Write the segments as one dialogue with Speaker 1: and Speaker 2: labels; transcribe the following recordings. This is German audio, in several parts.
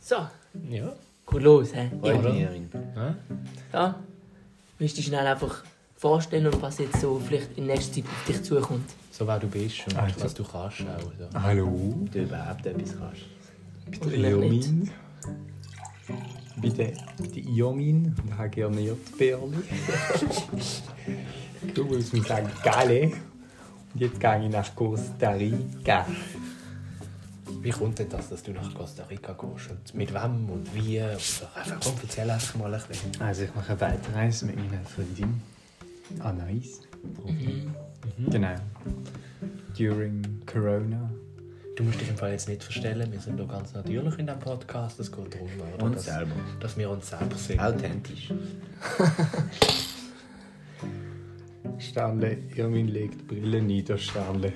Speaker 1: So,
Speaker 2: Ja.
Speaker 1: gut los, hä?
Speaker 2: Ja, oder?
Speaker 3: Ehring.
Speaker 2: ja.
Speaker 1: Ja. Willst du dich schnell einfach vorstellen und was jetzt so vielleicht in nächster Zeit auf dich zukommt?
Speaker 2: So wer du bist und
Speaker 4: Also.
Speaker 2: was du kannst auch. So.
Speaker 4: Hallo,
Speaker 3: Du überhaupt etwas kannst.
Speaker 4: ich
Speaker 1: Und
Speaker 4: bin
Speaker 1: wer
Speaker 4: der
Speaker 1: nicht?
Speaker 4: Iomin. Ich bin der, der Iomin und habe gerne Erdbeerli. du aus dem St. Gallen. Und jetzt gehe ich nach Costa Rica.
Speaker 2: Wie kommt denn das, dass du nach Costa Rica gehst? Und mit wem und wie? Und so. einfach komm, erzähl einfach mal ein bisschen.
Speaker 4: Also ich mache eine Weltreise mit meiner Freundin Anais. Genau. During Corona.
Speaker 2: Du musst dich im Fall jetzt nicht verstellen, wir sind doch ganz natürlich in diesem Podcast. Es geht darum, oder?
Speaker 3: Uns
Speaker 2: dass,
Speaker 3: selber.
Speaker 2: dass wir uns selber sind.
Speaker 3: Authentisch.
Speaker 4: Sternle, Irmin legt die Brille nieder, Sternle.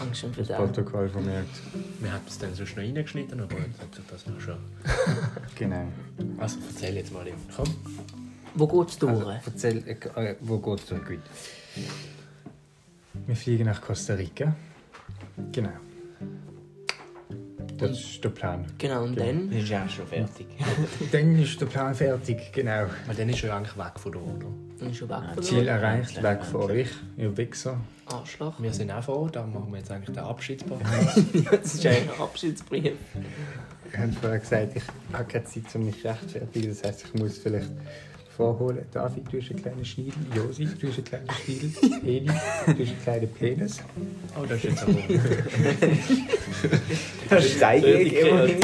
Speaker 1: Angst schon für
Speaker 4: Das
Speaker 1: den.
Speaker 4: Protokoll vermerkt.
Speaker 2: Wir haben es dann sonst noch reingeschnitten, aber jetzt hat sich das noch schon.
Speaker 4: Genau.
Speaker 2: Also erzähl jetzt mal, Leon. komm.
Speaker 1: Wo geht's
Speaker 4: Also
Speaker 1: durch?
Speaker 3: Erzähl, äh, wo geht's so gut?
Speaker 4: Wir fliegen nach Costa Rica. Genau. Das ist der Plan.
Speaker 1: genau, und dann?
Speaker 3: Ist ja auch schon fertig.
Speaker 4: Dann ist der Plan fertig, genau.
Speaker 2: Weil dann ist er ja eigentlich weg von da, oder?
Speaker 1: Dann ist schon weg von
Speaker 4: Ziel
Speaker 1: dir.
Speaker 4: erreicht, weg von euch, ihr Wichser.
Speaker 1: Arschloch.
Speaker 2: Wir sind auch vor, da machen wir jetzt eigentlich den Oh, Abschiedspodcast.
Speaker 1: Das ist eigentlich ein Abschiedsbrief.
Speaker 4: Ich habe vorher gesagt, ich habe keine Zeit, um mich rechtfertigen. Das heisst, ich muss vielleicht vorholen. David, du hast einen kleinen Schniedel. Josi, du hast einen kleinen Schniedel. Eli, du hast einen kleinen Penis.
Speaker 2: oh, das ist jetzt aber...
Speaker 3: Das ist eigentlich immerhin.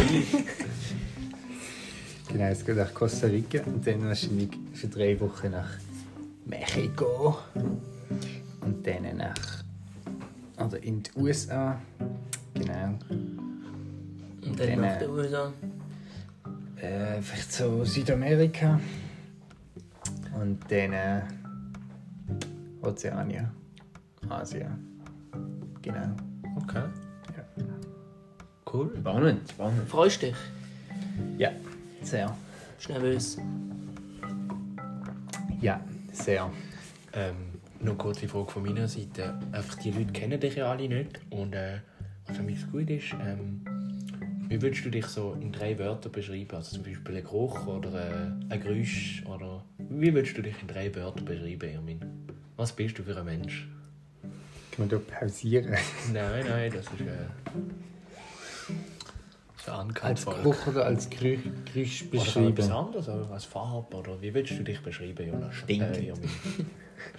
Speaker 4: Genau, es geht nach Costa Rica und dann wahrscheinlich für drei Wochen nach Mexiko. Und dann nach. oder in die USA. Genau.
Speaker 1: Und dann
Speaker 4: Dann,
Speaker 1: nach
Speaker 4: äh,
Speaker 1: den USA.
Speaker 4: Äh, vielleicht so Südamerika. Und dann. Äh, Ozeania. Asien. Genau.
Speaker 2: Okay.
Speaker 4: Ja.
Speaker 2: Cool.
Speaker 3: Spannend, spannend.
Speaker 1: Freust dich?
Speaker 4: Ja, sehr.
Speaker 1: Bist du nervös?
Speaker 4: Ja, sehr.
Speaker 2: Ähm, noch kurze Frage von meiner Seite. Einfach die Leute kennen dich ja alle nicht. Und äh, was für mich gut ist, ähm, wie würdest du dich so in drei Wörtern beschreiben? Also zum Beispiel ein Geruch oder äh, ein Geräusch oder... Wie würdest du dich in drei Wörtern beschreiben, Irmin? Was bist du für ein Mensch?
Speaker 4: Kann man da pausieren?
Speaker 2: Nein, nein, das ist... Äh, so
Speaker 4: Als
Speaker 2: angehaltvoll.
Speaker 4: Geruch oder als Geruch, Geruch
Speaker 2: Oder etwas
Speaker 4: beschrieben?
Speaker 2: anderes, oder als Farbe, oder wie willst du dich beschreiben, Jonas?
Speaker 3: Stinkend.
Speaker 2: Äh, Irmin?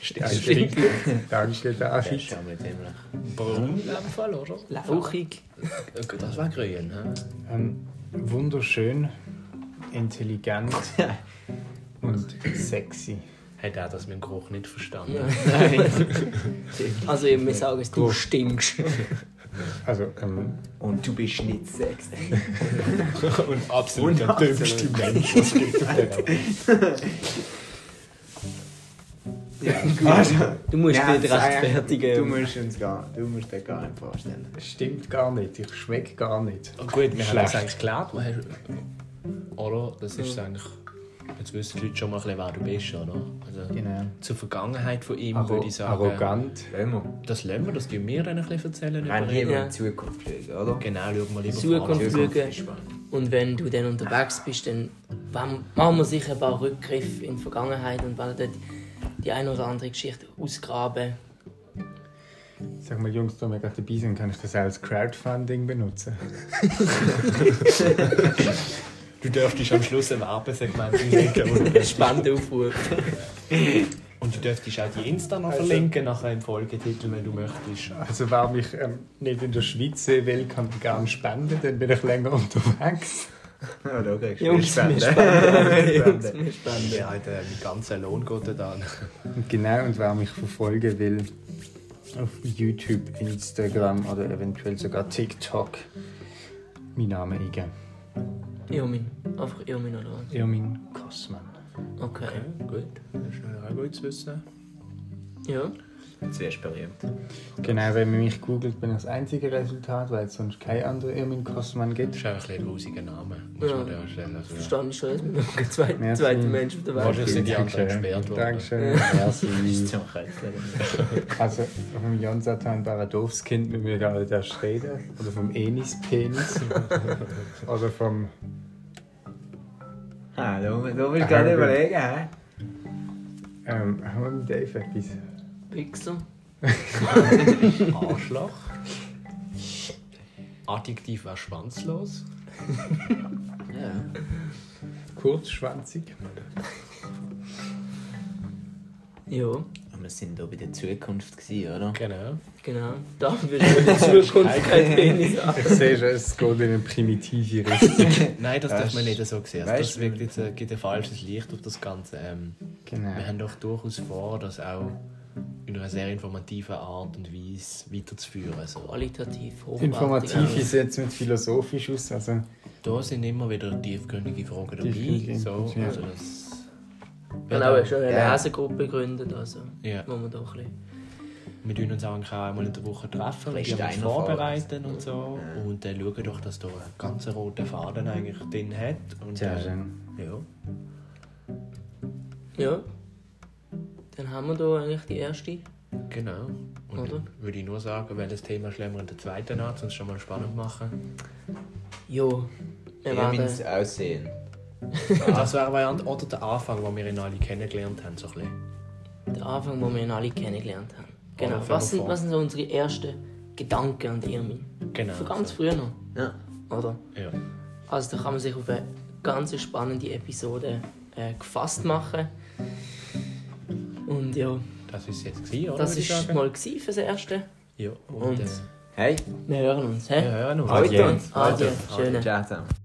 Speaker 4: Ja,
Speaker 2: Stinkend.
Speaker 4: stimmt. Danke,
Speaker 3: Das ist
Speaker 4: David.
Speaker 3: schon mal ziemlich.
Speaker 2: Braun in dem Fall, oder?
Speaker 1: Lauchig?
Speaker 2: Okay, Das war grün, hä?
Speaker 4: Ähm, wunderschön, intelligent und sexy.
Speaker 2: Hat er das mit dem Geruch nicht verstanden?
Speaker 1: Also, wir sagen es, du stinkst.
Speaker 4: Also, ähm,
Speaker 3: Und du bist nicht sexy.
Speaker 2: Und absolut der dümmste Mensch.
Speaker 3: Ja, gut.
Speaker 1: Du musst
Speaker 3: Nein,
Speaker 1: nicht
Speaker 3: das ist eigentlich- Du
Speaker 1: rechtfertigen.
Speaker 3: musst uns gar, du musst dir gar nicht vorstellen.
Speaker 4: es stimmt gar nicht, ich schmecke gar nicht.
Speaker 2: Oh, gut, wir haben
Speaker 4: Schlecht.
Speaker 2: das eigentlich gelernt. wo hast- Oder? Das ist eigentlich... Jetzt wissen die Leute schon mal ein bisschen, wer du bist, oder? Also,
Speaker 4: Genau.
Speaker 2: Zur Vergangenheit von ihm
Speaker 4: Arro
Speaker 2: würde ich sagen...
Speaker 4: arrogant.
Speaker 3: Immer.
Speaker 2: Das lassen wir, das tun wir dann ein bisschen erzählen. über
Speaker 3: Wenn
Speaker 2: ihn.
Speaker 3: wir
Speaker 1: Ja.
Speaker 3: in die Zukunft schauen, oder?
Speaker 2: Genau, schauen wir lieber
Speaker 1: Zukunft. Zukunft
Speaker 2: vor.
Speaker 3: Zukunft
Speaker 1: schauen.
Speaker 3: ist spannend.
Speaker 1: Und wenn du dann unterwegs bist, dann wem- machen wir sicher ein paar Rückgriffe in die Vergangenheit und werden dort die eine oder andere Geschichte ausgraben.
Speaker 4: Sag mal, Jungs, da wir gerade dabei sind, kann ich das auch als Crowdfunding benutzen?
Speaker 2: Du dürftest am Schluss ein Werbesegment hinlegen.
Speaker 1: Genau.
Speaker 2: und-
Speaker 1: Spendeaufruf.
Speaker 2: Und du dürftest auch die Insta noch verlinken, nachher im Folgetitel, wenn du möchtest.
Speaker 4: Also, wer mich ähm, nicht in der Schweiz sehen will, kann gerne spenden, dann bin ich länger unterwegs.
Speaker 3: Ja, da kriegst
Speaker 1: Jungs, wir
Speaker 3: spannend.
Speaker 1: Wir spenden.
Speaker 2: Ja, der ganze Lohn geht dann.
Speaker 4: Und genau, und wer mich verfolgen will, auf YouTube, Instagram oder eventuell sogar TikTok, mein Name eingeben.
Speaker 1: Irmin. Einfach Irmin oder was?
Speaker 4: Irmin Kossmann.
Speaker 1: Okay.
Speaker 2: Okay, gut. Das ist auch gut zu wissen.
Speaker 1: Ja.
Speaker 3: Jetzt wärst du berühmt.
Speaker 4: Genau, wenn man mich googelt, bin ich das einzige Resultat, weil es sonst kein anderer Irmin Kossmann
Speaker 2: Das
Speaker 4: gibt.
Speaker 2: ist eigentlich ein grusiger Name, muss man
Speaker 1: Ja.
Speaker 2: da stellen. Also, ja.
Speaker 1: Verstanden schon, dass wir noch kein zweiter,
Speaker 4: Merci.
Speaker 1: zweiter Mensch auf der Welt
Speaker 2: Wahrscheinlich
Speaker 1: sind.
Speaker 2: sind die anderen gesperrt worden.
Speaker 4: Dankeschön.
Speaker 3: Das ist
Speaker 4: Merci.
Speaker 3: zum Kötzeln.
Speaker 4: Also vom Jon Satan Baradowskind, mit mir gerade da reden. Oder vom Enis Penis. Oder vom
Speaker 3: Ah, da, da musst du gerade
Speaker 4: Herbert.
Speaker 3: überlegen, hä?
Speaker 4: Ähm, haben wir Dave etwas?
Speaker 1: Pixel.
Speaker 2: Arschloch. Adjektiv war schwanzlos.
Speaker 1: Ja.
Speaker 4: Kurzschwanzig?
Speaker 1: Ja,
Speaker 5: Und wir sind hier bei der Zukunft, gewesen, oder?
Speaker 2: Genau.
Speaker 1: genau. Da bist du in der Zukunft kein Penis an.
Speaker 4: Ich sehe schon, es geht in eine primitive Richtung.
Speaker 2: Nein, das darf
Speaker 4: Weißt-
Speaker 2: man nicht so sehen. Also
Speaker 3: weißt-
Speaker 2: das wirkt jetzt, äh, gibt ein falsches Licht auf das Ganze. Ähm,
Speaker 4: genau.
Speaker 2: Wir haben doch durchaus vor, das auch in einer sehr informativen Art und Weise weiterzuführen. Also,
Speaker 1: Qualitativ hochwertig.
Speaker 4: Informativ ist jetzt mit philosophisch aus. Also,
Speaker 2: da sind immer wieder tiefgründige Fragen dabei.
Speaker 4: Tiefgründige,
Speaker 2: So,
Speaker 4: ja.
Speaker 2: also das
Speaker 1: Also, Wir haben auch Genau, schon eine
Speaker 3: Ja.
Speaker 1: Lesegruppe gegründet, also,
Speaker 2: ja.
Speaker 1: wo wir da ein bisschen...
Speaker 2: Wir tun uns auch einmal in der Woche treffen,
Speaker 5: Ein
Speaker 2: und die
Speaker 5: bisschen
Speaker 2: haben uns
Speaker 5: Steiner
Speaker 2: vorbereiten und so. Und dann schauen doch, dass da einen ganz roten Faden eigentlich drin hat. Und,
Speaker 4: sehr
Speaker 2: äh,
Speaker 4: schön.
Speaker 2: ja.
Speaker 1: Ja. Dann haben wir da eigentlich die erste.
Speaker 2: Genau. Und
Speaker 1: Oder?
Speaker 2: dann würde ich nur sagen, welches Thema schlägen wir in der zweiten an, sonst schon mal spannend machen.
Speaker 1: Ja. Wir
Speaker 5: Ja,
Speaker 1: werden...
Speaker 5: mindestens aussehen.
Speaker 2: Das wäre eine Variante, oder der Anfang, wo wir ihn alle kennengelernt haben, so ein bisschen.
Speaker 1: Der Anfang, wo wir ihn alle kennengelernt haben. Genau.
Speaker 2: fangen wir
Speaker 1: Was sind,
Speaker 2: vor.
Speaker 1: was sind so unsere ersten Gedanken an Irmin?
Speaker 2: Genau.
Speaker 1: Von ganz früh noch,
Speaker 5: Ja.
Speaker 1: oder?
Speaker 2: Ja.
Speaker 1: Also da kann man sich auf eine ganz spannende Episode äh, gefasst machen. Und ja,
Speaker 2: Das ist jetzt gewesen, oder?
Speaker 1: das
Speaker 2: würde ich
Speaker 1: war
Speaker 2: sagen?
Speaker 1: mal gewesen fürs Erste.
Speaker 2: Ja. Und,
Speaker 1: Und-
Speaker 2: äh,
Speaker 3: Hey,
Speaker 1: Wir hören uns, hä?
Speaker 2: wir hören uns.
Speaker 3: Adieu.
Speaker 1: Adieu, schöne.
Speaker 3: ciao zusammen.